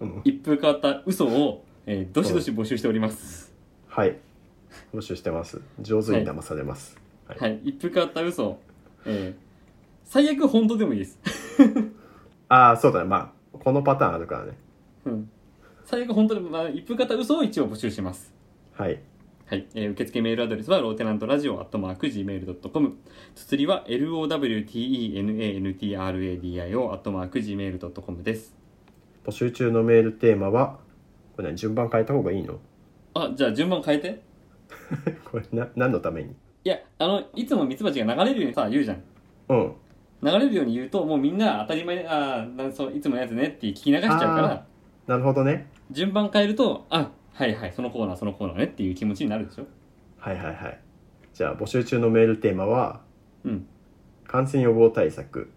[SPEAKER 1] うん、
[SPEAKER 2] 一風変わった嘘を、えーどしどし募集しております、
[SPEAKER 1] はい募集してます上手に騙されます、はい
[SPEAKER 2] はい一風変わった嘘を、えー最悪本当でもいいです、
[SPEAKER 1] ああそうだねまあこのパターンあるからね
[SPEAKER 2] うん、最悪本当でも、まあ、一風変わった嘘を一応募集します
[SPEAKER 1] はい
[SPEAKER 2] はい、えー受付メールアドレスはローテナントラジオアットマーク Gmail.com つつりは LOWTENANTRADIO アットマーク Gmail.com です
[SPEAKER 1] 募集中のメールテーマはこれ、ね、順番変えた方がいいの
[SPEAKER 2] あじゃあ順番変えて
[SPEAKER 1] これな何のために
[SPEAKER 2] いやあのいつもミツバチが流れるようにさ言うじゃん
[SPEAKER 1] うん
[SPEAKER 2] 流れるように言うともうみんな当たり前あーなんそういつものやつねって聞き流しちゃうか
[SPEAKER 1] あ
[SPEAKER 2] ら
[SPEAKER 1] なるほどね
[SPEAKER 2] 順番変えるとあはいはいそのコーナーそのコーナーねっていう気持ちになるでしょ
[SPEAKER 1] はいはいはいじゃあ募集中のメールテーマは
[SPEAKER 2] うん
[SPEAKER 1] 感染予防対策、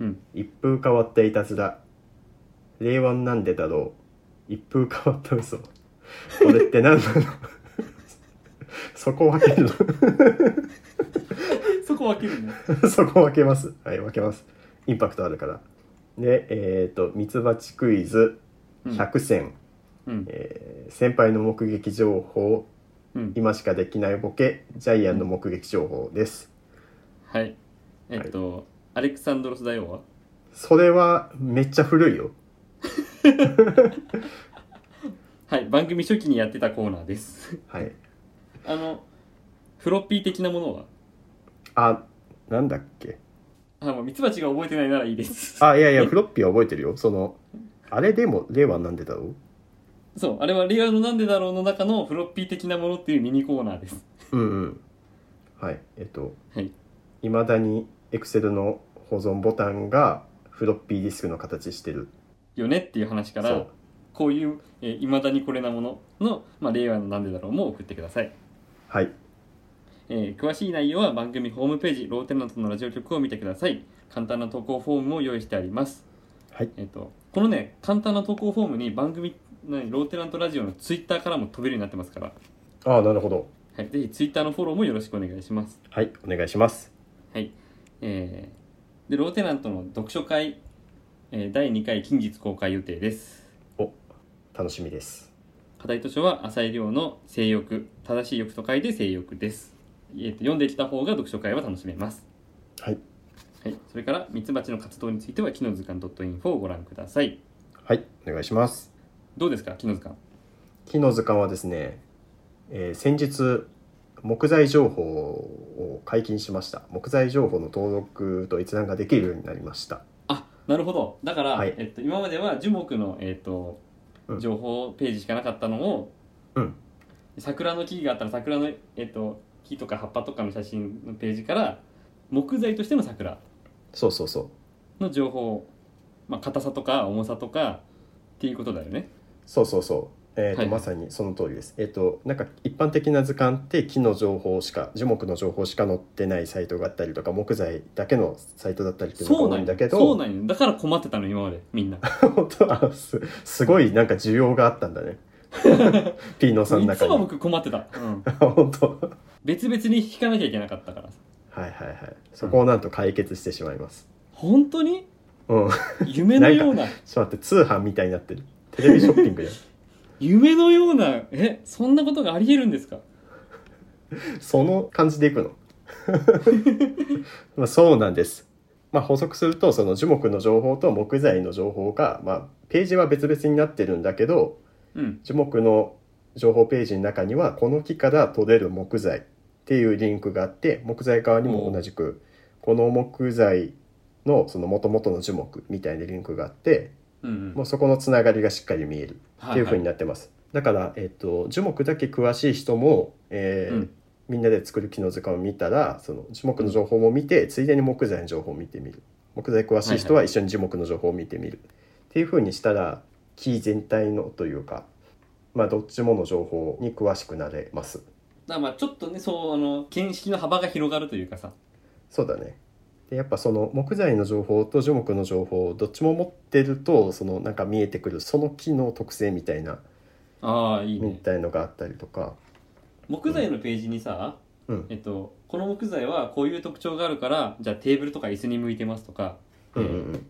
[SPEAKER 2] うん
[SPEAKER 1] 一風変わったいたずら令和なんでだろう一風変わった嘘これって何なの [laughs] そこ分ける
[SPEAKER 2] [laughs] そこ分けるね
[SPEAKER 1] の [laughs] そこ分けますはい分けますインパクトあるからでえっ、とミツバチクイズ
[SPEAKER 2] うん
[SPEAKER 1] 100選、
[SPEAKER 2] うん
[SPEAKER 1] えー先輩の目撃情報
[SPEAKER 2] うん
[SPEAKER 1] 今しかできないボケジャイアンの目撃情報です
[SPEAKER 2] はいえっと、アレクサンドロス大王は
[SPEAKER 1] それはめっちゃ古いよ
[SPEAKER 2] はい、番組初期にやってたコーナーです。
[SPEAKER 1] はい
[SPEAKER 2] [laughs] あの、フロッピー的なものは
[SPEAKER 1] あなんだっけ
[SPEAKER 2] あ、もうミツバチが覚えてないならいいです。
[SPEAKER 1] あいやいや
[SPEAKER 2] え
[SPEAKER 1] フロッピーは覚えてるよそのあれでも令和なんでだろ
[SPEAKER 2] [laughs] そう、あれはレイヤーのなんでだろうの中のフロッピー的なものっていうミニコーナーです。
[SPEAKER 1] ううんうんはいえっと
[SPEAKER 2] はい。
[SPEAKER 1] いまだにエクセルの保存ボタンがフロッピーディスクの形してる
[SPEAKER 2] よねっていう話か
[SPEAKER 1] そ
[SPEAKER 2] ら
[SPEAKER 1] う、
[SPEAKER 2] こういう、えー、未だにこれなものの、まあ、レイヤーのなんでだろうも送ってください。
[SPEAKER 1] はい
[SPEAKER 2] えー詳しい内容は番組ホームページ、ローテナントのラジオ局を見てください。簡単な投稿フォームを用意してあります。
[SPEAKER 1] はい
[SPEAKER 2] えっ、と、このね、簡単な投稿フォームに番組、何ローテナントラジオのツイッターからも飛べるようになってますから、
[SPEAKER 1] ああなるほど
[SPEAKER 2] はい、ぜひツイッターのフォローもよろしくお願いします。
[SPEAKER 1] はいお願いします
[SPEAKER 2] はい。えーで、ローテナントの読書会、えー第2回近日公開予定です。
[SPEAKER 1] お楽しみです
[SPEAKER 2] 課題図書は浅井亮の性欲、正しい欲と書いて性欲です。えーと読んできた方が読書会は楽しめます。
[SPEAKER 1] はい
[SPEAKER 2] はい。それから、ミツバチの活動については、木の図鑑 .info をご覧ください。
[SPEAKER 1] はいお願いします
[SPEAKER 2] どうですか、木の図鑑。
[SPEAKER 1] 木の図鑑はですね、えー先日木材情報を解禁しました木材情報の登録と閲覧ができるようになりました
[SPEAKER 2] あ、なるほど。だから、
[SPEAKER 1] はい
[SPEAKER 2] えっと、今までは樹木の、えっと
[SPEAKER 1] う、ん
[SPEAKER 2] 情報ページしかなかったのを、
[SPEAKER 1] うん
[SPEAKER 2] 桜の木があったら桜の、えっと、木とか葉っぱとかの写真のページから木材としての桜
[SPEAKER 1] そうそうそう
[SPEAKER 2] の情報、まあ、硬さとか重さとかっていうことだよね。
[SPEAKER 1] そうそうそう。えーと
[SPEAKER 2] はい
[SPEAKER 1] まさにその通りです。えっ、となんか一般的な図鑑って木の情報しか樹木の情報しか載ってないサイトがあったりとか木材だけのサイトだったりっていうの
[SPEAKER 2] そう
[SPEAKER 1] が
[SPEAKER 2] な
[SPEAKER 1] 多い
[SPEAKER 2] ん
[SPEAKER 1] んだけ
[SPEAKER 2] よ。
[SPEAKER 1] ど、
[SPEAKER 2] そうなんよ。だから困ってたの今までみん [laughs] な。
[SPEAKER 1] 本当はす [laughs] すごいなんか需要があったん
[SPEAKER 2] [laughs]
[SPEAKER 1] だね。ピーノさんの
[SPEAKER 2] いつ
[SPEAKER 1] 中
[SPEAKER 2] も
[SPEAKER 1] に。
[SPEAKER 2] 僕困ってた。うん、
[SPEAKER 1] [laughs] 本当。
[SPEAKER 2] 別々に引かなきゃいけなかったからさ。
[SPEAKER 1] はいはいはい。そこをなんと解決してしまいます。
[SPEAKER 2] 本当に
[SPEAKER 1] うん。ちょっ
[SPEAKER 2] 夢のような
[SPEAKER 1] と待って通販みたいになってる。テレビショッピングや。
[SPEAKER 2] 夢のようなえそんなことがありえるんですか
[SPEAKER 1] [laughs] その感じでいくの [laughs] まあそうなんです。まあ、補足するとその樹木の情報と木材の情報が、まあ、ページは別々になってるんだけど
[SPEAKER 2] うん
[SPEAKER 1] 樹木の情報ページの中にはこの木から取れる木材っていうリンクがあって木材側にも同じくこの木材のその元々の樹木みたいなリンクがあって
[SPEAKER 2] うんうん
[SPEAKER 1] もうそこのつながりがしっかり見えるっ
[SPEAKER 2] は
[SPEAKER 1] ていう風に
[SPEAKER 2] は
[SPEAKER 1] なってます。だから、えっと、樹木だけ詳しい人も、えー
[SPEAKER 2] うん
[SPEAKER 1] みんなで作る木の図鑑を見たらその樹木の情報も見て、ついでに木材の情報を見てみる木材詳しい人は一緒に樹木の情報を見てみる、っていう風にしたら木全体のというか、まあ、どっちもの情報に詳しくなれます
[SPEAKER 2] だからまあちょっとねそうあの見識の幅が広がるというかさ
[SPEAKER 1] そうだねでやっぱその木材の情報と樹木の情報をどっちも持ってるとそのなんか見えてくるその木の特性みたいな
[SPEAKER 2] ああいい
[SPEAKER 1] み
[SPEAKER 2] ね
[SPEAKER 1] たいのがあったりとか
[SPEAKER 2] 木材のページにさ、
[SPEAKER 1] うん
[SPEAKER 2] えっと、この木材はこういう特徴があるからじゃあテーブルとか椅子に向いてますとか、
[SPEAKER 1] うんう
[SPEAKER 2] えー
[SPEAKER 1] ん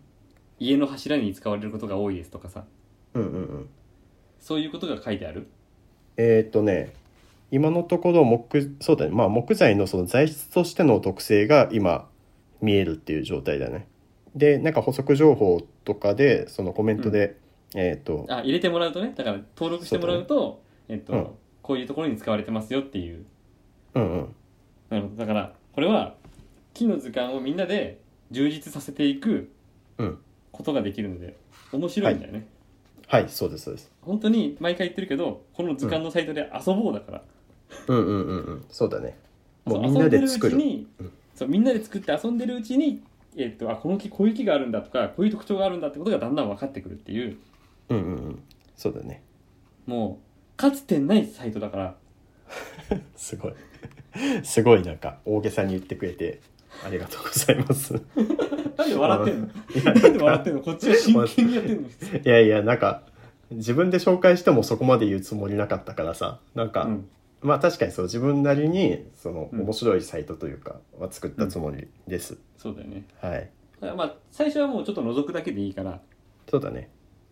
[SPEAKER 2] 家の柱に使われることが多いですとかさ
[SPEAKER 1] うんうんうんうん
[SPEAKER 2] そういうことが書いてある
[SPEAKER 1] えーっとね今のところ木そうだね、まあ、木材のその材質としての特性が今見えるっていう状態だね。でなんか補足情報とかでそのコメントで、えーっと
[SPEAKER 2] あ入れてもらうとねだから登録してもらうとえっと、
[SPEAKER 1] うん
[SPEAKER 2] こういうところに使われてますよっていう
[SPEAKER 1] うんうん
[SPEAKER 2] なるほどだからこれは木の図鑑をみんなで充実させていく
[SPEAKER 1] うん
[SPEAKER 2] ことができるので面白いんだよね、
[SPEAKER 1] はいそうですそうです。
[SPEAKER 2] 本当に毎回言ってるけどこの図鑑のサイトで遊ぼうだから、
[SPEAKER 1] うんうんうんうんそうだね。もう
[SPEAKER 2] そ
[SPEAKER 1] みんなで作
[SPEAKER 2] 遊んでるう
[SPEAKER 1] る。
[SPEAKER 2] ちに、
[SPEAKER 1] うん
[SPEAKER 2] そうみんなで作って遊んでるうちにえっとあこの木こういう木があるんだとかこういう特徴があるんだってことがだんだん分かってくるっていう
[SPEAKER 1] うんうんうんそうだね。
[SPEAKER 2] もうかつてないサイトだから
[SPEAKER 1] すごい [laughs] すごいなんか大げさに言ってくれてありがとうございます。い
[SPEAKER 2] なんで笑ってんの
[SPEAKER 1] や
[SPEAKER 2] なんで笑ってんのこっちは真剣にやって
[SPEAKER 1] [laughs]
[SPEAKER 2] んの
[SPEAKER 1] いやいやなんか自分で紹介してもそこまで言うつもりなかったからさなんか、
[SPEAKER 2] うん
[SPEAKER 1] まあ確かにそう自分なりにその
[SPEAKER 2] うん
[SPEAKER 1] 面白いサイトというかは作ったつもりです、
[SPEAKER 2] そうだよね
[SPEAKER 1] はい
[SPEAKER 2] だからまあ最初はもうちょっと覗くだけでいいから
[SPEAKER 1] そうだね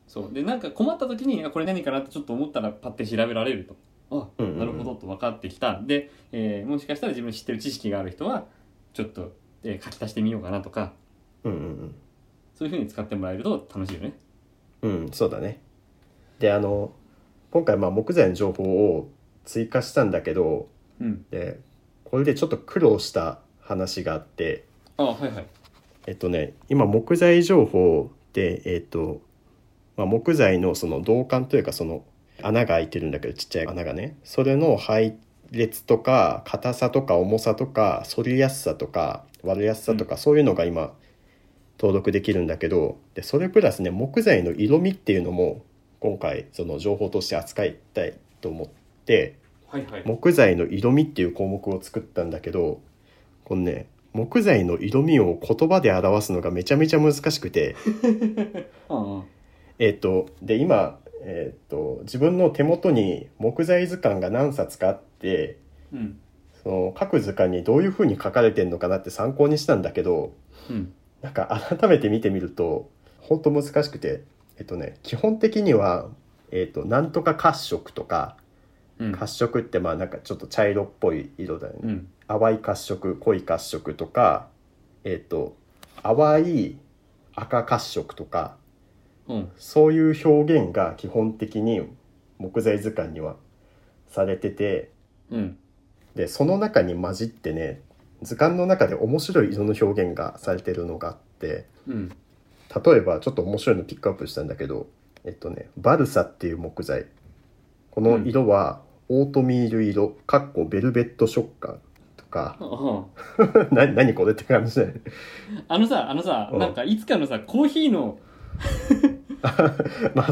[SPEAKER 2] そうでなんか困った時にあこれ何かなってちょっと思ったらパッて調べられるとあ
[SPEAKER 1] うんうんうん
[SPEAKER 2] なるほどと分かってきたで、えーもしかしたら自分の知ってる知識がある人はちょっと、えー書き足してみようかなとか
[SPEAKER 1] うんうん
[SPEAKER 2] そういうふうに使ってもらえると楽しいよね
[SPEAKER 1] うんうんそうだねであの今回まあ木材の情報を追加したんだけど
[SPEAKER 2] うん
[SPEAKER 1] でこれでちょっと苦労した話があって
[SPEAKER 2] あはいはい
[SPEAKER 1] えっとね今木材情報でえっと、まあ、木材のその銅管というかその穴が開いてるんだけどちっちゃい穴がねそれの配列とか硬さとか重さとか反りやすさとか割れやすさとか、そういうのが今登録できるんだけどでそれプラスね木材の色味っていうのも今回その情報として扱いたいと思って
[SPEAKER 2] はいはい
[SPEAKER 1] 木材の色味っていう項目を作ったんだけどこのね木材の色味を言葉で表すのがめちゃめちゃ難しくて [laughs]
[SPEAKER 2] あ
[SPEAKER 1] えっとで今、えっと自分の手元に木材図鑑が何冊かあって
[SPEAKER 2] あうん
[SPEAKER 1] その各図鑑にどういう風に書かれてんのかなって参考にしたんだけど
[SPEAKER 2] うん
[SPEAKER 1] なんか改めて見てみると本当難しくてえっとね基本的には、えっと、なんとか褐色とか
[SPEAKER 2] うん
[SPEAKER 1] 褐色ってまあなんかちょっと茶色っぽい色だよね、
[SPEAKER 2] うん
[SPEAKER 1] 淡い褐色濃い褐色とかえっと淡い赤褐色とか
[SPEAKER 2] うん
[SPEAKER 1] そういう表現が基本的に木材図鑑にはされてて
[SPEAKER 2] うん
[SPEAKER 1] でその中に混じってね図鑑の中で面白い色の表現がされてるのがあって
[SPEAKER 2] うん
[SPEAKER 1] 例えばちょっと面白いのピックアップしたんだけどえっとねバルサっていう木材この色はオートミール色かっこベルベット食感とか [laughs]
[SPEAKER 2] あ
[SPEAKER 1] な何これって感じだよね
[SPEAKER 2] あのさあのさ
[SPEAKER 1] うん
[SPEAKER 2] なんかいつかのさコーヒーのコ
[SPEAKER 1] まあ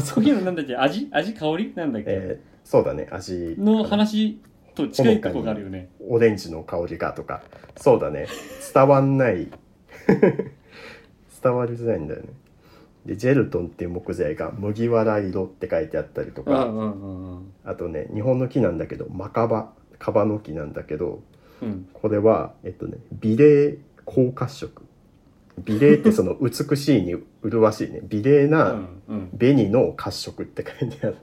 [SPEAKER 1] そ
[SPEAKER 2] ー
[SPEAKER 1] う,、
[SPEAKER 2] ヒーのなんだっけ味味香りなんだっけ
[SPEAKER 1] えーそうだね味
[SPEAKER 2] の話と近いとこがあるよね
[SPEAKER 1] オレンジの香りがとかそうだね伝わんない伝わりづらいんだよねでジェルトンっていう木材が麦わら色って書いてあったりと
[SPEAKER 2] うんう
[SPEAKER 1] か、
[SPEAKER 2] んうんうん
[SPEAKER 1] あとね日本の木なんだけどマカバカバの木なんだけど
[SPEAKER 2] うん
[SPEAKER 1] これはえっとね美麗高褐色美麗ってその美しいに麗しいね美麗
[SPEAKER 2] う
[SPEAKER 1] なん
[SPEAKER 2] うん
[SPEAKER 1] 紅の褐色って書いてある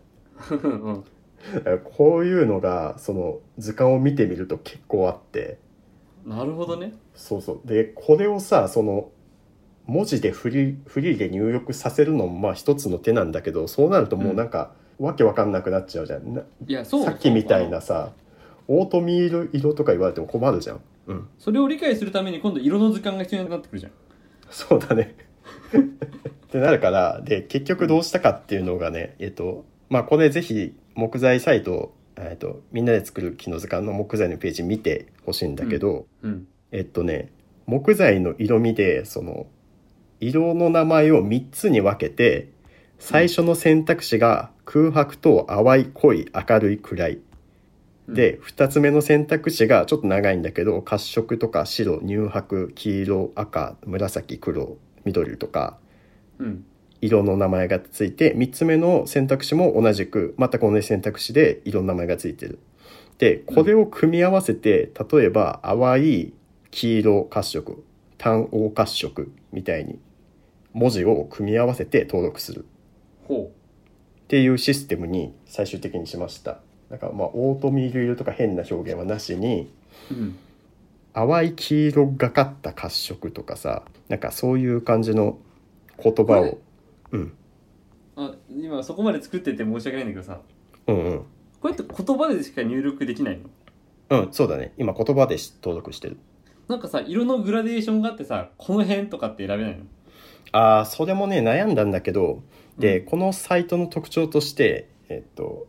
[SPEAKER 2] うん [laughs]
[SPEAKER 1] だからこういうのがその図鑑を見てみると結構あって
[SPEAKER 2] なるほどね
[SPEAKER 1] そうそうでこれをさその文字でフリーフリーで入力させるのもまあ一つの手なんだけどそうなるともうなんか、わけわかんなくなっちゃうじゃんない
[SPEAKER 2] やそう
[SPEAKER 1] さっきみたいなさオートミール色とか言われても困るじゃん、うん、 [laughs]
[SPEAKER 2] それを理解するために今度色の図鑑が必要になってくるじゃん
[SPEAKER 1] そうだねってなるからで結局どうしたかっていうのがねえっとまあこれぜひ木材サイト、えっと、みんなで作る木の図鑑の木材のページ見てほしいんだけど、
[SPEAKER 2] うん
[SPEAKER 1] えっとね木材の色味でその色の名前を3つに分けて最初の選択肢が空白と淡い濃い明るい暗いで2つ目の選択肢がちょっと長いんだけど褐色とか白乳白黄色赤紫黒緑とか
[SPEAKER 2] うん
[SPEAKER 1] 色の名前がついて3つ目の選択肢も同じく全く同じ選択肢で色の名前がついてる。でこれを組み合わせて例えば淡い黄色褐色単黄褐色みたいに文字を組み合わせて登録する
[SPEAKER 2] ほ
[SPEAKER 1] っていうシステムに最終的にしました。だからまあオートミール色とか変な表現はなしに
[SPEAKER 2] ううん
[SPEAKER 1] 淡い黄色がかった褐色とかさなんかそういう感じの言葉
[SPEAKER 2] これ
[SPEAKER 1] を、うん、
[SPEAKER 2] あ今そこまで作ってて申し訳ないんだけどさ
[SPEAKER 1] うんうん
[SPEAKER 2] こうやって言葉でしか入力できないの
[SPEAKER 1] うん、そうだね。今言葉で登録してる。
[SPEAKER 2] なんかさ色のグラデーションがあってさこの辺とかって選べないの
[SPEAKER 1] ああ、それもね、悩んだんだけど、で、このサイトの特徴として、えっと、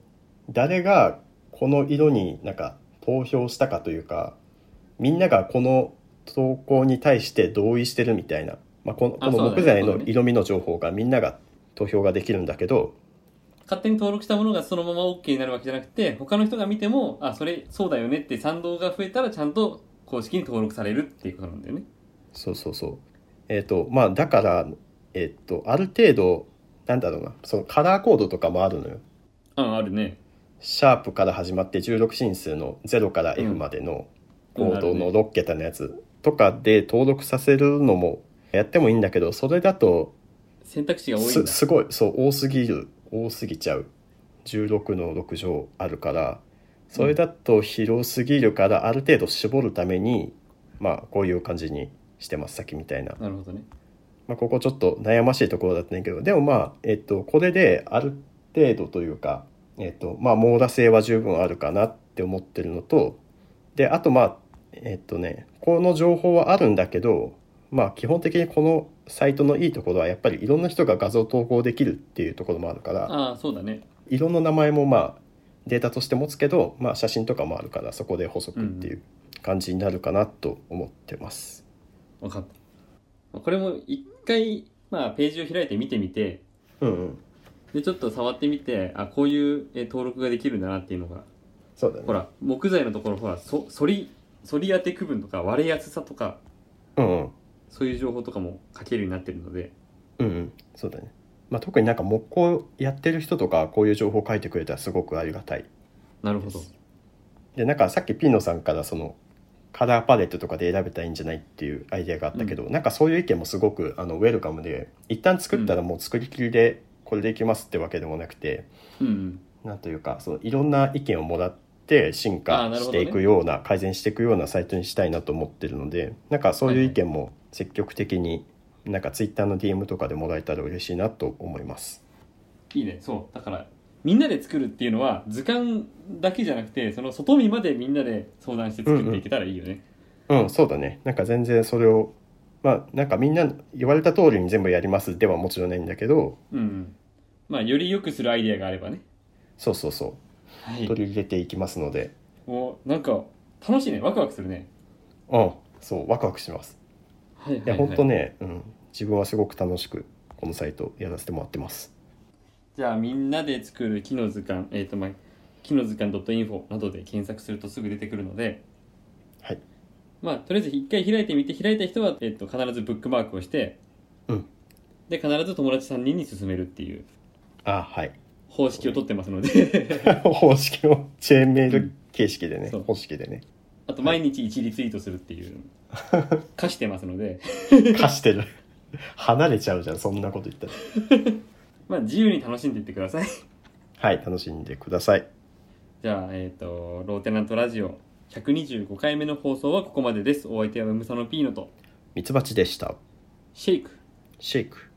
[SPEAKER 1] 誰がこの色になんか投票したかというか、みんながこの投稿に対して同意してるみたいな、まあ、この
[SPEAKER 2] あ
[SPEAKER 1] こ
[SPEAKER 2] そ
[SPEAKER 1] の
[SPEAKER 2] うだね
[SPEAKER 1] 木材
[SPEAKER 2] そう
[SPEAKER 1] の
[SPEAKER 2] だね
[SPEAKER 1] 色味の情報がみんなが投票ができるんだけど、
[SPEAKER 2] 勝手に登録したものがそのまま OK になるわけじゃなくて他の人が見てもあそれそうだよねって賛同が増えたらちゃんと公式に登録されるっていうことなんだよね
[SPEAKER 1] そうそうそう。えっと、まあ、だから、えっと、ある程度、なんだろうな、そのカラーコードとかもあるのよ。
[SPEAKER 2] うんあるね
[SPEAKER 1] シャープから始まって16進数の0から F までのコードの6桁のやつとかで登録させるのもやってもいいんだけどそれだと
[SPEAKER 2] 選択肢が多いん
[SPEAKER 1] す
[SPEAKER 2] だ
[SPEAKER 1] すごいそう多すぎる多すぎちゃう16の6乗あるからそれだと広すぎるからある程度絞るためにまあこういう感じにしてますさっきみたいな
[SPEAKER 2] なるほどね
[SPEAKER 1] まあ、ここちょっと悩ましいところだったんだけどでもまあ、えっと、これである程度というか、えっとまあ、網羅性は十分あるかなって思ってるのとであとまあえっとねこの情報はあるんだけど、まあ、基本的にこのサイトのいいところはやっぱりいろんな人が画像投稿できるっていうところもあるから
[SPEAKER 2] ああそうだね
[SPEAKER 1] 色の名前もまあデータとして持つけど、まあ、写真とかもあるからそこで補足っていう感じになるかなと思ってます。
[SPEAKER 2] 分かったまあこれも一回、まあ、ページを開いて見てみて
[SPEAKER 1] うん、うん
[SPEAKER 2] でちょっと触ってみてあこういうえー登録ができるんだなっていうのが
[SPEAKER 1] そうだね
[SPEAKER 2] ほら木材のところほらそ反り反り当て区分とか割れやすさとか
[SPEAKER 1] うんうん
[SPEAKER 2] そういう情報とかも書けるようになってるので
[SPEAKER 1] うんうんそうだね、まあ、特になんか木工やってる人とかこういう情報書いてくれたらすごくありがたい
[SPEAKER 2] なるほど
[SPEAKER 1] でなんかさっきピーノさんからそのカラーパレットとかで選べたらいいんじゃないっていうアイデアがあったけど、なんかそういう意見もすごくあのウェルカムで一旦作ったらもう作りきりでこれでいきますってわけでもなくて、
[SPEAKER 2] うんうん
[SPEAKER 1] なんというかそのいろんな意見をもらって進
[SPEAKER 2] あー
[SPEAKER 1] 化
[SPEAKER 2] なるほ
[SPEAKER 1] し
[SPEAKER 2] どね
[SPEAKER 1] ていくような改善していくようなサイトにしたいなと思ってるのでなんかそういう意見も積極的になんかツイッターの DM とかでもらえたら嬉しいなと思います。
[SPEAKER 2] いいねそうだからみんなで作るっていうのは図鑑だけじゃなくてその外見までみんなで相談して作っていけたらいいよね、
[SPEAKER 1] うん、そうだね。なんか全然それを、まあなんかみんな言われた通りに全部やりますではもちろんないんだけど、
[SPEAKER 2] うんうんまあより良くするアイデアがあればね
[SPEAKER 1] そうそうそ
[SPEAKER 2] は
[SPEAKER 1] う、
[SPEAKER 2] い
[SPEAKER 1] 取り入れていきますので、
[SPEAKER 2] もうなんか楽しいねワクワクするね
[SPEAKER 1] うん、そう、ワクワクします。
[SPEAKER 2] はいはい,、
[SPEAKER 1] い
[SPEAKER 2] は
[SPEAKER 1] や、
[SPEAKER 2] い、
[SPEAKER 1] ほんとね、うん、自分はすごく楽しく、このサイトやらせてもらってます。
[SPEAKER 2] じゃあみんなで作る木の図鑑えっ、とまあ木の図鑑 .info などで検索するとすぐ出てくるので
[SPEAKER 1] はい
[SPEAKER 2] まあとりあえず一回開いてみて開いた人は、えっと必ずブックマークをして、
[SPEAKER 1] うん
[SPEAKER 2] で必ず友達3人に勧めるっていう
[SPEAKER 1] あ、はい。 [laughs]
[SPEAKER 2] 方式を取ってますので
[SPEAKER 1] 方式を、チェーンメール形式でね、
[SPEAKER 2] そう
[SPEAKER 1] 方式でね、
[SPEAKER 2] [laughs] あと毎日1リツイートするっていう課してますので
[SPEAKER 1] 貸してる。離れちゃうじゃん、そんなこと言ったら。
[SPEAKER 2] まあ自由に楽しんでいってください [laughs]
[SPEAKER 1] はい、楽しんでください。
[SPEAKER 2] じゃあ、えっ、と、ローテナントラジオ125回目の放送はここまでです。お相手はムサノピーノと
[SPEAKER 1] ミツバチでした。
[SPEAKER 2] シェイク。
[SPEAKER 1] シェイク。